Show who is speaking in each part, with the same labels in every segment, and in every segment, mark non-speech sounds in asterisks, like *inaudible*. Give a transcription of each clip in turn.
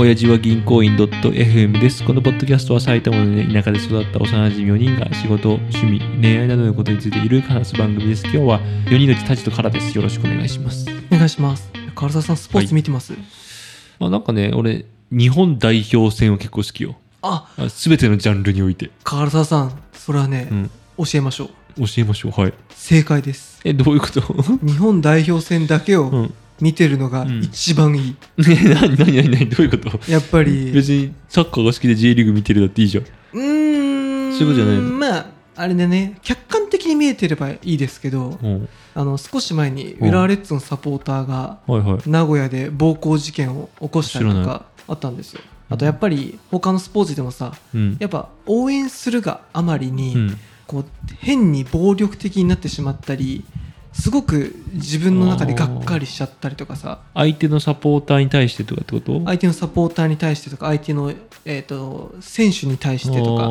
Speaker 1: 親父は銀行員 .fm です。このポッドキャストは埼玉の田舎で育った幼馴染4人が仕事、趣味、恋愛などのことについてゆるく話す番組です。今日は4人のうちたちとからです。よろしくお願いします。
Speaker 2: お願いします唐沢さんスポーツ見てます、
Speaker 1: まあなんかね、俺、日本代表戦を結構好きよ。
Speaker 2: あ
Speaker 1: すべてのジャンルにおいて。
Speaker 2: 唐沢さんそれはね、
Speaker 1: うん。
Speaker 2: 教えましょう
Speaker 1: 教えましょう。はい。
Speaker 2: 正解です
Speaker 1: え、どういうこと
Speaker 2: 日本代表戦だ
Speaker 1: *laughs*
Speaker 2: け
Speaker 1: う *laughs*
Speaker 2: を
Speaker 1: ん。
Speaker 2: 見てるのが一番いい、
Speaker 1: ねなになになになにどういうこと
Speaker 2: やっぱり
Speaker 1: 別にサッカーが好きで J リーグ見てるだっていいじゃん。
Speaker 2: うーん
Speaker 1: そういうことじゃないの
Speaker 2: まああれだね客観的に見えてればいいですけど
Speaker 1: うん。
Speaker 2: あの少し前に
Speaker 1: うん
Speaker 2: 浦和レッズのサポーターが
Speaker 1: はいはい。
Speaker 2: 名古屋で暴行事件を起こしたり
Speaker 1: 知
Speaker 2: と
Speaker 1: ら
Speaker 2: かあったんですよ
Speaker 1: うん
Speaker 2: あとやっぱり他のスポーツでもさ
Speaker 1: うん。
Speaker 2: やっぱ応援するがあまりに、
Speaker 1: うん。
Speaker 2: こう変に暴力的になってしまったりすごく自分の中でがっかりしちゃったりとかさ
Speaker 1: 相手のサポーターに対してとかってこと
Speaker 2: 相手のサポーターに対してとか相手の、えー、と選手に対してと
Speaker 1: あ
Speaker 2: か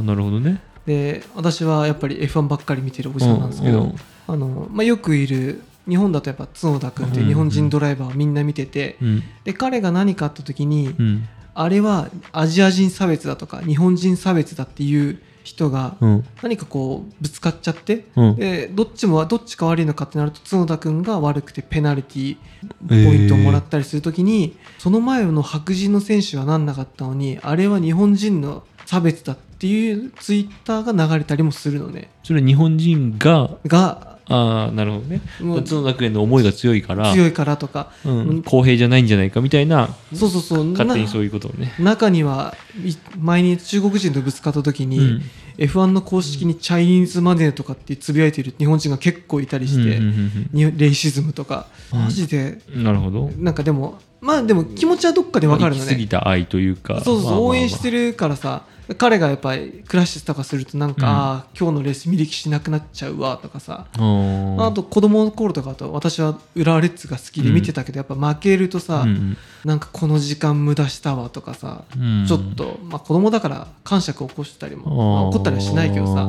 Speaker 1: ーなるほどね。
Speaker 2: で私はやっぱり F1 ばっかり見てるおじさんなんですけど、
Speaker 1: うんうん
Speaker 2: あのまあ、よくいる日本だとやっぱ角田君っていう日本人ドライバーをみんな見てて、
Speaker 1: うん。
Speaker 2: で彼が何かあった時に、
Speaker 1: うん。
Speaker 2: あれはアジア人差別だとか日本人差別だっていう人が
Speaker 1: うん。
Speaker 2: 何かこうぶつかっちゃって、
Speaker 1: うん
Speaker 2: でどっちもどっちか悪いのかってなると角田君が悪くてペナルティポイントをもらったりするときに、その前の白人の選手はなんなかったのにあれは日本人の差別だっていうツイッターが流れたりもするのね
Speaker 1: それは日本人が、
Speaker 2: が
Speaker 1: ああ、なるほどね。
Speaker 2: もう
Speaker 1: 角田君への思いが強いから、
Speaker 2: 強いからとか
Speaker 1: うん、公平じゃないんじゃないかみたいな、
Speaker 2: そうそうそうな
Speaker 1: 勝手にそういうことをね。
Speaker 2: 中にはい前に中国人とぶつかった時に、
Speaker 1: うん
Speaker 2: F1 の公式にチャイニーズマネーとかってつぶやいてる日本人が結構いたりして、
Speaker 1: うんうん
Speaker 2: にレイシズムとか
Speaker 1: うん
Speaker 2: マジで
Speaker 1: うんうんなるほど。
Speaker 2: なんかでもまあでも気持ちはどっかでわかるの
Speaker 1: 行き過ぎ
Speaker 2: ね
Speaker 1: た愛というか。
Speaker 2: そうそうそう応援して
Speaker 1: る。
Speaker 2: るからさ彼がやっぱりクラッシュとかするとなんか、
Speaker 1: うん
Speaker 2: あー今日のレース見る気しなくなっちゃうわとかさ、
Speaker 1: あー
Speaker 2: あと子供の頃とかだと私は浦和レッズが好きで見てたけど、やっぱ負けるとさ、
Speaker 1: うん
Speaker 2: なんかこの時間無駄したわとかさ、
Speaker 1: うん
Speaker 2: ちょっと、まあ、子供だから感触起こしたりも、まあ怒ったりはしないけどさ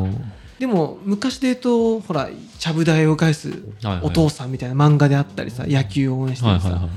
Speaker 2: でも昔で言うとほらちゃぶ台を返す
Speaker 1: はいはい
Speaker 2: お父さんみたいな漫画であったりさ野球を応援して
Speaker 1: はい
Speaker 2: る
Speaker 1: はいは
Speaker 2: さ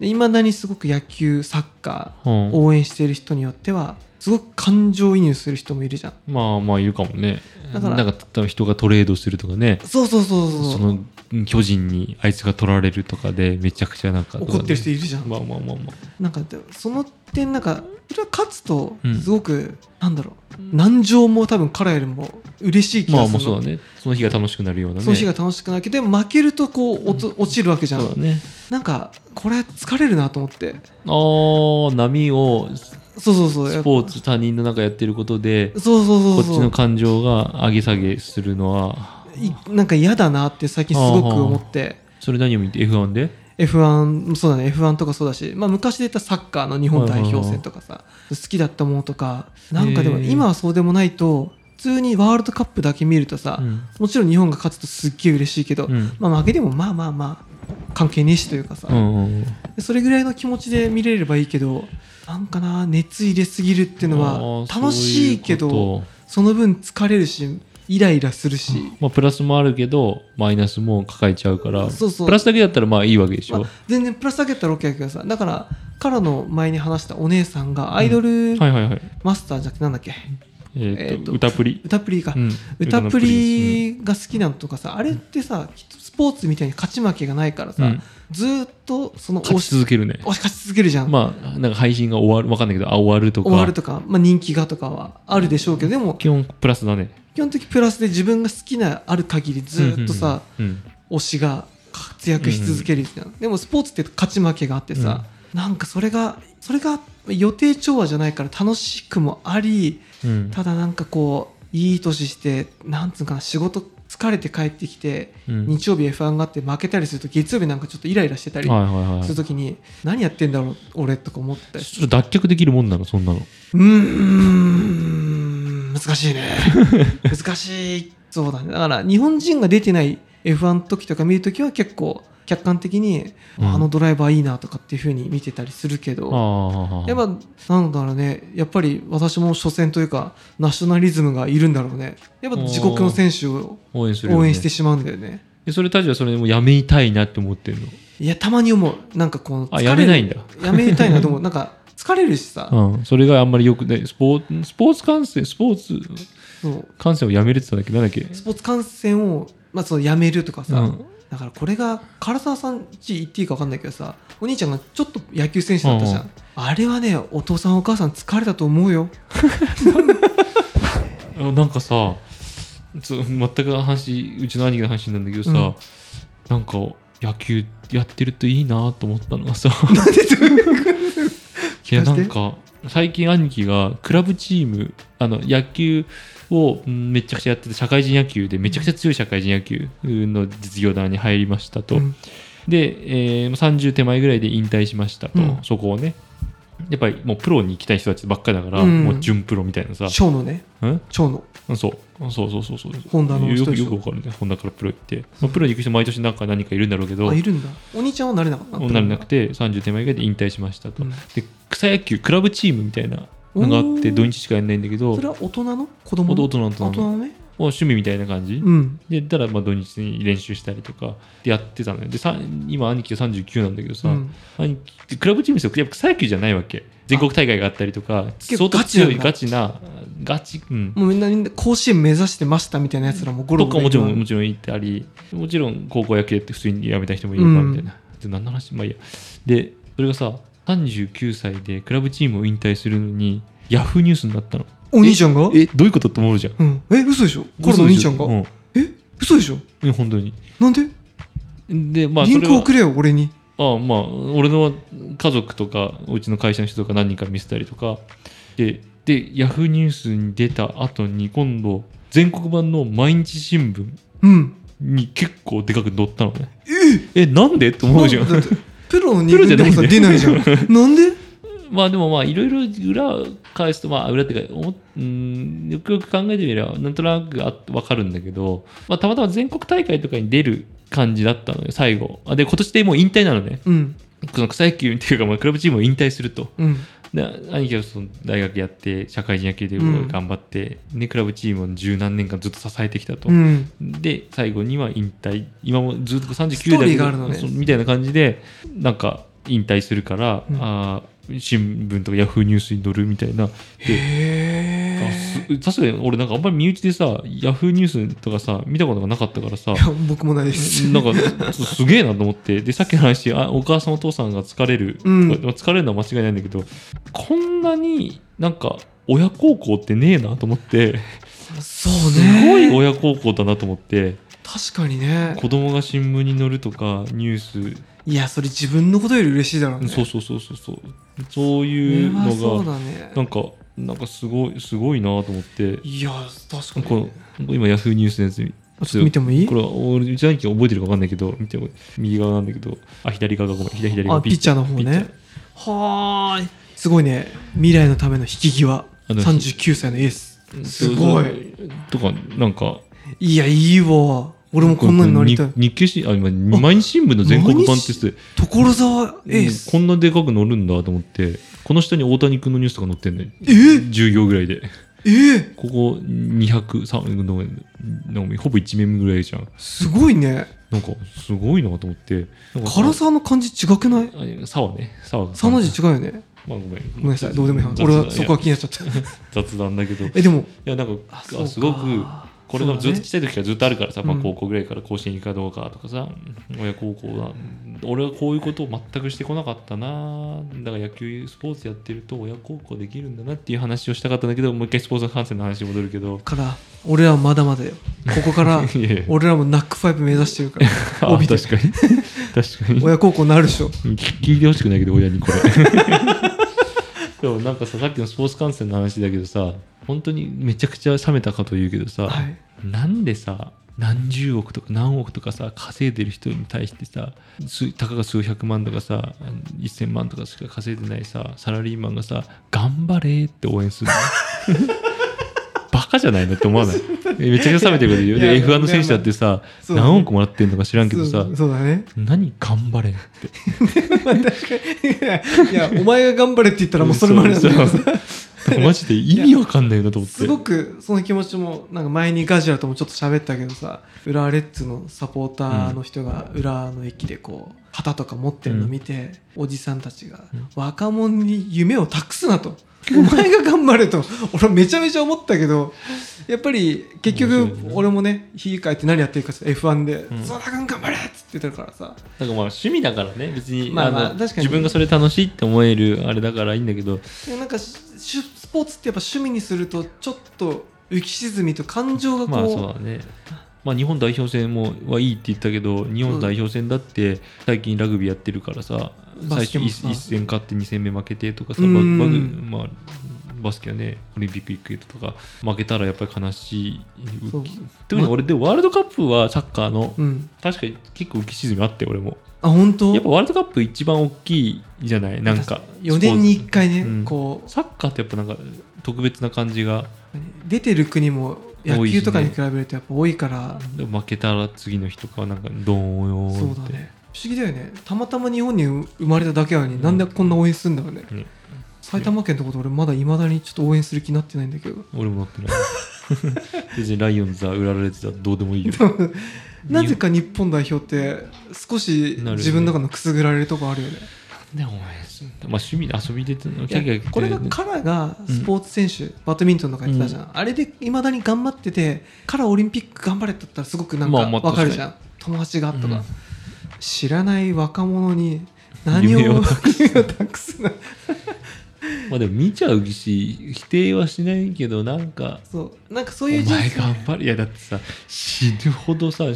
Speaker 1: い
Speaker 2: いまだにすごく野球サッカ
Speaker 1: うん
Speaker 2: ー応援してる人によってはすごく感情移入する人もいるじゃん
Speaker 1: まあまあいるかもね
Speaker 2: だから
Speaker 1: なんか例えば人がトレードするとかね
Speaker 2: そうそうそう
Speaker 1: そ
Speaker 2: そう
Speaker 1: のうん巨人にあいつが取られるとかでめちゃくちゃなんか
Speaker 2: 怒ってる人いるじゃん
Speaker 1: まあまあまあま
Speaker 2: なんかでその点なんかそれは勝つと
Speaker 1: うん
Speaker 2: すごく、なんだろう難情も多分彼よりも嬉しい
Speaker 1: あ
Speaker 2: 気
Speaker 1: ま
Speaker 2: が
Speaker 1: あ
Speaker 2: す
Speaker 1: まあ
Speaker 2: る
Speaker 1: そうだねその日が楽しくなるようなね
Speaker 2: その日が楽しくなるけどでも負けるとこう落と落ちるわけじゃ
Speaker 1: そうだ
Speaker 2: ん
Speaker 1: ね
Speaker 2: なんかこれ疲れるなと思って
Speaker 1: ああ波をス
Speaker 2: そうそうそう
Speaker 1: ポーツ他人の中やってることで
Speaker 2: そうそうそう
Speaker 1: こ
Speaker 2: そ
Speaker 1: っ
Speaker 2: う
Speaker 1: ちの感情が上げ下げするのはい
Speaker 2: なんか嫌だなって最近すごく思って
Speaker 1: それ何を見て F1 で
Speaker 2: F1 そうだね F1 とかそうだし、まあ、昔で言ったサッカーの日本代表戦とかさ好きだったものとかなんかでも
Speaker 1: へー
Speaker 2: 今はそうでもないと普通にワールドカップだけ見るとさ、
Speaker 1: うん
Speaker 2: もちろん日本が勝つとすっげえ嬉しいけど、
Speaker 1: うん
Speaker 2: まあ、負けでもまあまあまあ関係ねえしというかさ、
Speaker 1: うんうんうん
Speaker 2: それぐらいの気持ちで見れればいいけどなんかな熱入れすぎるっていうの
Speaker 1: あ
Speaker 2: は
Speaker 1: ー
Speaker 2: 楽しいけど
Speaker 1: そういうこと
Speaker 2: その分疲れるしイライラするし、
Speaker 1: まあ、プラスもあるけどマイナスも抱えちゃうから
Speaker 2: そうそう
Speaker 1: プラスだけだったらまあいいわけでしょ、
Speaker 2: まあ、全然プラスだけだったら OK だけどさだからからの前に話したお姉さんがアイドル
Speaker 1: はいはいはい
Speaker 2: マスターじゃなくてなんだっけ、
Speaker 1: え
Speaker 2: え
Speaker 1: ー
Speaker 2: ー
Speaker 1: っ
Speaker 2: と
Speaker 1: と歌プリ、
Speaker 2: 歌プリか、
Speaker 1: うん
Speaker 2: 歌プリが好きなのとかさあれってさきっとスポーツみたいに勝ち負けがないからさ、
Speaker 1: うん
Speaker 2: ずーっとその
Speaker 1: 勝ち続けるね
Speaker 2: 押し勝ち続けるじゃん、
Speaker 1: まあなんか配信が終わるわかんないけどあ終わるとか
Speaker 2: 終わるとか、まあ、人気がとかはあるでしょうけどでも
Speaker 1: 基本プラスだね
Speaker 2: 基本的にプラスで自分が好きなある限りずーっとさ、
Speaker 1: うんうん
Speaker 2: 推しが活躍し続けるじゃん、でもスポーツって勝ち負けがあってさ、なんかそれがそれが予定調和じゃないから楽しくもあり
Speaker 1: うんうん
Speaker 2: ただなんかこういい年してなんつうかな仕事疲れて帰ってきて、
Speaker 1: うん
Speaker 2: 日曜日 F1 があって負けたりすると月曜日なんかちょっとイライラしてたり
Speaker 1: はいはいはい
Speaker 2: するときに、何やってんだろう俺とか思ったり
Speaker 1: ちょっと脱却できるもんなのそんなの
Speaker 2: うーん難
Speaker 1: *laughs*
Speaker 2: しいね難しいそうだねだから日本人が出てない F1 の時とか見る時は結構客観的に、
Speaker 1: うん
Speaker 2: あのドライバーいいなとかっていう風に見てたりするけど
Speaker 1: ああ
Speaker 2: やっぱなんだろうねやっぱり私も所詮というかナショナリズムがいるんだろうねやっぱ自国の選手を
Speaker 1: 応援するよね、
Speaker 2: 応援してしまうんだよね
Speaker 1: でそれたちはそれでもうやめたいなって思ってるの
Speaker 2: いやたまに思うなんかこう
Speaker 1: あやめないんだ
Speaker 2: やめたいなと思うなんか疲れるしさ、
Speaker 1: うん、それがあんまりよくないスポースポーツ観戦スポーツ
Speaker 2: そう
Speaker 1: 観戦をやめるって言ったんだっけなんだっけ
Speaker 2: スポーツ観戦を、まあ、そのやめるとかさ、
Speaker 1: うん
Speaker 2: だからこれが唐沢さんち言っていいか分かんないけどさお兄ちゃんがちょっと野球選手だったじゃん、
Speaker 1: うんうん
Speaker 2: あれはねお父さんお母さん疲れたと思うよ
Speaker 1: あなんかさつ全く話うちの兄貴の話なんだけどさ、
Speaker 2: うん
Speaker 1: なんか野球やってるといいなと思ったのが
Speaker 2: *laughs*
Speaker 1: さいや
Speaker 2: 聞か
Speaker 1: な
Speaker 2: せて
Speaker 1: んか最近兄貴がクラブチームあの野球をうんめちゃくちゃやってて社会人野球でめちゃくちゃ強い社会人野球の実業団に入りましたと、
Speaker 2: うん
Speaker 1: で、えー30手前ぐらいで引退しましたと、
Speaker 2: うん
Speaker 1: そこをねやっぱりもうプロに行きたい人たちばっかだから、
Speaker 2: うん
Speaker 1: もう準プロみたいなさ、
Speaker 2: 蝶野ね
Speaker 1: うん、
Speaker 2: 蝶野
Speaker 1: うんそうそうそうそうそう
Speaker 2: ホンダの
Speaker 1: よ
Speaker 2: 人
Speaker 1: く
Speaker 2: でし
Speaker 1: よ
Speaker 2: ょ
Speaker 1: くわかるねホンダからプロ行って、まあ、プロに行く人毎年なんか何かいるんだろうけど
Speaker 2: あいるんだお兄ちゃんはなれなかった
Speaker 1: なれなくて30手前ぐらいで引退しましたと、
Speaker 2: うん
Speaker 1: で草野球クラブチームみたいなのがあって
Speaker 2: おー
Speaker 1: 土日しかやんないんだけど
Speaker 2: それは大人の子供の
Speaker 1: 大人の大人の
Speaker 2: 大人のね
Speaker 1: もう趣味みたいな感じ、
Speaker 2: うん
Speaker 1: でたらまあ土日に練習したりとかでやってたのよでさ今兄貴が39なんだけどさ、
Speaker 2: うん
Speaker 1: 兄貴クラブチームですよやっぱ草野球じゃないわけ全国大会があったりとか
Speaker 2: 結
Speaker 1: 相
Speaker 2: 構
Speaker 1: 当
Speaker 2: ガチ
Speaker 1: 強
Speaker 2: なんだ
Speaker 1: いガチなガチうん
Speaker 2: もうみんなみんな甲子園目指してましたみたいなやつらもゴロ
Speaker 1: と
Speaker 2: ゴ
Speaker 1: か
Speaker 2: ロ
Speaker 1: もちろん
Speaker 2: 今
Speaker 1: もちろん行ったりもちろん高校野球って普通に辞めた人もいるのか
Speaker 2: うん
Speaker 1: みたいな、で何の話まあいいやでそれがさ39歳でクラブチームを引退するのにヤフーニュースになったの
Speaker 2: お兄ちゃんが
Speaker 1: えどういうことって思うじゃん
Speaker 2: うん、え嘘でしょコロのお兄ちゃんが、
Speaker 1: うん
Speaker 2: え嘘でしょ
Speaker 1: いや本当に
Speaker 2: なんで、
Speaker 1: でまあ
Speaker 2: リン
Speaker 1: そ
Speaker 2: ク
Speaker 1: れは
Speaker 2: 送れよ俺に
Speaker 1: ああまあ俺の家族とかうちの会社の人とか何人か見せたりとかででヤフーニュースに出た後に今度全国版の毎日新聞
Speaker 2: うん
Speaker 1: に結構でかく載ったのね
Speaker 2: え
Speaker 1: えなんでって思うじゃん
Speaker 2: だってプロの
Speaker 1: プロ
Speaker 2: 2
Speaker 1: じゃ
Speaker 2: 軍で
Speaker 1: ない
Speaker 2: も
Speaker 1: んだ
Speaker 2: さ
Speaker 1: よ
Speaker 2: 出ないじゃ
Speaker 1: *laughs*
Speaker 2: んなんで
Speaker 1: まあでもまあいろいろ裏を返すとまあ裏っていうかおうんよくよく考えてみればなんとなくあ分かるんだけど、まあ、たまたま全国大会とかに出る感じだったのよ最後あで今年でもう引退なのね
Speaker 2: うん
Speaker 1: その草野球っていうかまあクラブチームを引退すると
Speaker 2: うん
Speaker 1: で兄貴はその大学やって社会人野球で
Speaker 2: うん
Speaker 1: 頑張って、ね、クラブチームを十何年間ずっと支えてきたと、
Speaker 2: うん
Speaker 1: で最後には引退今もずっと39代
Speaker 2: ストーリーがあるのね
Speaker 1: そうみたいな感じでなんか引退するから、
Speaker 2: うん
Speaker 1: あー新聞とかヤフーニュースに載るみたいなであす
Speaker 2: へえ
Speaker 1: 確かに俺なんかあんまり身内でさヤフーニュースとかさ見たことがなかったから
Speaker 2: *laughs*
Speaker 1: さ
Speaker 2: いや僕もないです
Speaker 1: なんかすすげえなと思ってでさっきの話あお母さんお父さんが疲れる、
Speaker 2: うん
Speaker 1: まあ疲れるのは間違いないんだけどこんなになんか親孝行ってねえなと思って
Speaker 2: そう
Speaker 1: すごい
Speaker 2: ね
Speaker 1: 親孝行だなと思って
Speaker 2: 確かにね
Speaker 1: 子供が新聞に載るとかニュース
Speaker 2: いやそれ自分のことより嬉しいだろうね
Speaker 1: そう
Speaker 2: う
Speaker 1: そうそうそうそうそういう
Speaker 2: れはそう
Speaker 1: のが
Speaker 2: だね
Speaker 1: なんかなんかすごいすごいなと思って
Speaker 2: いや確か
Speaker 1: こ
Speaker 2: に
Speaker 1: の今ヤフーニュースのやつ見
Speaker 2: あちょっと見てもいい
Speaker 1: これは俺うちの兄貴覚えてるか分かんないけど見ても右側なんだけどあ左側がごめん左左側
Speaker 2: あピッチャーの方
Speaker 1: ピッチャ
Speaker 2: ねはーいすごいね未来のための引き際
Speaker 1: あの
Speaker 2: 39歳のエース
Speaker 1: ー
Speaker 2: すごい
Speaker 1: とかなんか
Speaker 2: いやいいわ俺もこんなになりたい
Speaker 1: に日経新あ今毎日新聞の全国版って言って
Speaker 2: 所沢エース
Speaker 1: こんなでかく載るんだと思ってこの下に大谷君のニュースとか載ってんね
Speaker 2: えー
Speaker 1: 10行ぐらいで
Speaker 2: えー
Speaker 1: ここ200さごめんなんかほぼ1面ぐらいじゃん
Speaker 2: すごいね
Speaker 1: なんかすごいなと思ってなんかさ
Speaker 2: 唐沢の感じ違くない
Speaker 1: あサワねサワが
Speaker 2: 3の字違うよね
Speaker 1: まあごめん
Speaker 2: ごめんなさいどうでもいい話俺はそこは気になっちゃった
Speaker 1: 雑談だけどい
Speaker 2: えでも
Speaker 1: やなんか
Speaker 2: あ
Speaker 1: あ
Speaker 2: そうか
Speaker 1: すごくこれがずっとちっちゃい時からずっとあるからさ、まあ、
Speaker 2: うん
Speaker 1: 高校ぐらいから甲子園行くかどうかとかさ、親孝行だ俺はこういうことを全くしてこなかったなだから野球スポーツやってると親孝行できるんだなっていう話をしたかったんだけどもう一回スポーツ観戦の話に戻るけ
Speaker 2: *laughs*
Speaker 1: ど
Speaker 2: から俺らはまだまだよここから
Speaker 1: *laughs* いやいや
Speaker 2: 俺らもナックファイブ目指してるから
Speaker 1: あ
Speaker 2: 帯
Speaker 1: 確か
Speaker 2: で
Speaker 1: に確かに
Speaker 2: 親孝行になる
Speaker 1: *laughs*
Speaker 2: でしょ
Speaker 1: 聞いてほしくないけど親に
Speaker 2: *laughs*
Speaker 1: これでもなんかささっきのスポーツ観戦の話だけどさ本当にめちゃくちゃ冷めたかと言うけどさ、
Speaker 2: はい
Speaker 1: なんでさ何十億とか何億とかさ稼いでる人に対してさ数たかが数百万とかさ1000万とかしか稼いでないさサラリーマンがさ「頑張れ」って応援するの
Speaker 2: *laughs*
Speaker 1: バカじゃないのって思わないえめちゃくちゃ冷めてること言う
Speaker 2: いや
Speaker 1: で
Speaker 2: いや
Speaker 1: F1 の選手だってさ
Speaker 2: そう
Speaker 1: 何億もらってんのか知らんけど
Speaker 2: そ
Speaker 1: さ
Speaker 2: うそうだね *laughs*
Speaker 1: 何頑張れって
Speaker 2: いやお前が頑張れって言ったらもうそれまでなんだけど
Speaker 1: そうそうそうマジで意味わかんないなと思って
Speaker 2: すごくその気持ちもなんか前にガジュラともちょっと喋ったけどさ浦和レッズのサポーターの人が浦和の駅でこう旗とか持ってるの見て、おじさんたちが
Speaker 1: うん
Speaker 2: 「若者に夢を託すな」と「お前が頑張れ」と俺めちゃめちゃ思ったけどやっぱり結
Speaker 1: 面
Speaker 2: 局
Speaker 1: 白いね
Speaker 2: 俺もね日帰って何やってるかって言ったら F1 で
Speaker 1: ん
Speaker 2: 「ゾラ君頑張れ!」っつって言ってたからさ
Speaker 1: なんかまあ趣味だからね別に,、
Speaker 2: まあまあ
Speaker 1: の
Speaker 2: 確かに
Speaker 1: 自分がそれ楽しいって思えるあれだからいいんだけど
Speaker 2: でもなんかししスポーツってやっぱ趣味にするとちょっと浮き沈みと感情がこう,、
Speaker 1: まあそうだねまあ日本代表戦もはいいって言ったけど日本代表戦だって最近ラグビーやってるからさ
Speaker 2: バ
Speaker 1: 最
Speaker 2: スケ
Speaker 1: 初
Speaker 2: も
Speaker 1: 1,
Speaker 2: さ
Speaker 1: 戦勝って2戦目負けてとかさ
Speaker 2: う
Speaker 1: バグ
Speaker 2: ん
Speaker 1: バグまあバスケはねオリンピック行くけどとか負けたらやっぱり悲しい
Speaker 2: そう
Speaker 1: 特に俺でもワールドカップはサッカーの
Speaker 2: うん
Speaker 1: 確かに結構浮き沈みあって俺も
Speaker 2: あ本当
Speaker 1: やっぱワールドカップ一番大きいじゃないなんか
Speaker 2: 4年に1回ね、
Speaker 1: うん
Speaker 2: こう
Speaker 1: サッカーってやっぱなんか特別な感じが
Speaker 2: 出てる国も野
Speaker 1: 多いしね
Speaker 2: 球とかに比べるとやっぱ多いから
Speaker 1: でも負けたら次の日とかはなんかどーよ
Speaker 2: そ
Speaker 1: ー
Speaker 2: う
Speaker 1: って
Speaker 2: だね不思議だよねたまたま日本に生まれただけなのに、なんでこんな応援するんだろうね
Speaker 1: ね
Speaker 2: 埼玉県のこと俺まだいまだにちょっと応援する気になってないんだけど
Speaker 1: 俺もな
Speaker 2: *laughs*
Speaker 1: ってない別にライオンズだ裏ラレズだどうでもいいよ
Speaker 2: なぜか日本代表って少
Speaker 1: な
Speaker 2: し
Speaker 1: るよね
Speaker 2: 自分の中のくすぐられるとこあるよね
Speaker 1: でもお前そんなまあ趣味で遊びでキャキャキャキャ
Speaker 2: いやこれがカラがスポーツ選手、バドミントンとかやってたじゃん、あれでいまだに頑張っててカラオリンピック頑張れって言ったらすごくなんか
Speaker 1: まあまあ
Speaker 2: わかるじゃん、友達がとか、
Speaker 1: うん
Speaker 2: 知らない若者に何を
Speaker 1: 夢
Speaker 2: 夢
Speaker 1: を
Speaker 2: を託すな
Speaker 1: まあでも見ちゃうし否定はしないけどなんか
Speaker 2: そうなんかそ
Speaker 1: お
Speaker 2: ういう人
Speaker 1: 前
Speaker 2: 生
Speaker 1: 頑張れいやだってさ死ぬほどさ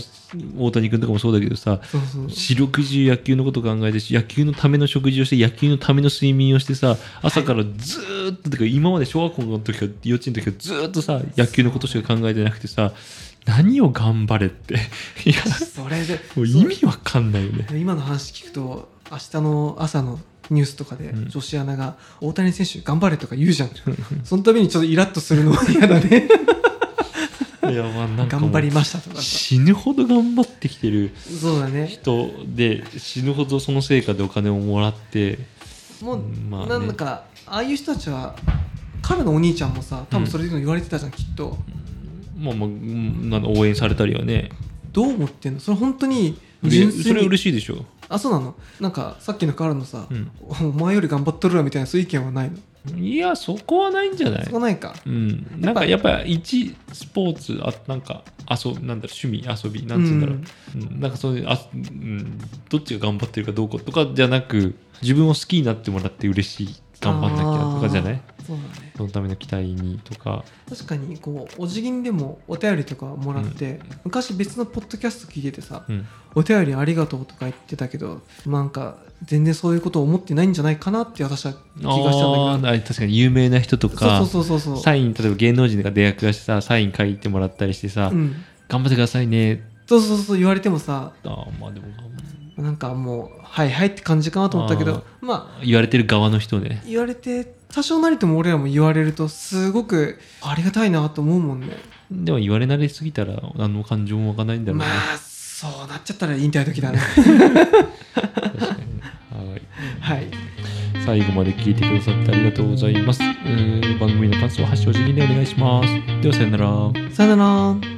Speaker 1: 大谷君とかもそうだけどさ
Speaker 2: そうそう
Speaker 1: 四六時野球のこと考えて野球のための食事をして野球のための睡眠をしてさ朝からずーっと、てか今まで小学校の時から幼稚園の時からずーっとさ野球のことしか考えてなくてさ何を頑張れって
Speaker 2: *laughs*
Speaker 1: いや
Speaker 2: それで
Speaker 1: もう意味わかんないよね
Speaker 2: そう今の話聞くと明日の朝のニュースとかで
Speaker 1: うん
Speaker 2: 女子アナが「大谷選手頑張れ」とか言う
Speaker 1: *laughs*
Speaker 2: じゃんその度にちょっとイラッとするのは嫌だね
Speaker 1: いやまあなんかも
Speaker 2: 頑
Speaker 1: う
Speaker 2: 張りましたとか
Speaker 1: 死ぬほど頑張ってきてる
Speaker 2: そうだね
Speaker 1: 人で死ぬほどその成果でお金をもらって
Speaker 2: も
Speaker 1: う
Speaker 2: う、
Speaker 1: んまあね
Speaker 2: なんだかああいう人たちは彼のお兄ちゃんもさ多分それでも言われてたじゃん、きっと
Speaker 1: まあまあうんなんか応援されたりはね
Speaker 2: どう思ってんのそれ本当に
Speaker 1: う
Speaker 2: 純
Speaker 1: れ
Speaker 2: 粋に
Speaker 1: それ嬉しいでしょ
Speaker 2: あそうなのなんかさっきの彼のさ、
Speaker 1: うん
Speaker 2: おお前より頑張っとるわみたいなそういう意見はないの、
Speaker 1: いやそこはないんじゃない
Speaker 2: そこないか
Speaker 1: うん、なんかやっぱ一スポーツあなんか遊びなんだろう趣味遊びなんつうんだろう、うんなんかそういうあ、うん、どっちが頑張ってるかどうこうとかじゃなく自分を好きになってもらって嬉しい頑張んなきゃとかじゃない
Speaker 2: あーそうだね
Speaker 1: そのための期待にとか
Speaker 2: 確かにこうお辞儀にでもお便りとかもらって、昔別のポッドキャスト聞いててさ、
Speaker 1: うん
Speaker 2: お便りありがとうとか言ってたけどなんか全然そういうことを思ってないんじゃないかなって私は気がした
Speaker 1: あ
Speaker 2: んだ
Speaker 1: ー確かに有名な人と
Speaker 2: けど
Speaker 1: か
Speaker 2: そうそうそうそう
Speaker 1: サイン例えば芸能人とか出役がしてさサイン書いてもらったりしてさ、
Speaker 2: うん
Speaker 1: 頑張ってくださいね
Speaker 2: そうそうそう言われてもさ
Speaker 1: あーまあでも頑張
Speaker 2: なんかもうはいはいって感じかなと思ったけど
Speaker 1: あ
Speaker 2: まあ
Speaker 1: 言われてる側の人ね
Speaker 2: 言われて多少なりとも俺らも言われるとすごくありがたいなと思うもんね
Speaker 1: でも言われ慣れすぎたら何の感情も湧かないんだろう
Speaker 2: ま
Speaker 1: ね、
Speaker 2: あそうなっちゃったら引退時だね
Speaker 1: 確かにねはい
Speaker 2: はい
Speaker 1: 最後まで聞いてくださってありがとうございます。えー番組の感想は発祥時にでお願いします。ではさよなら。
Speaker 2: さよなら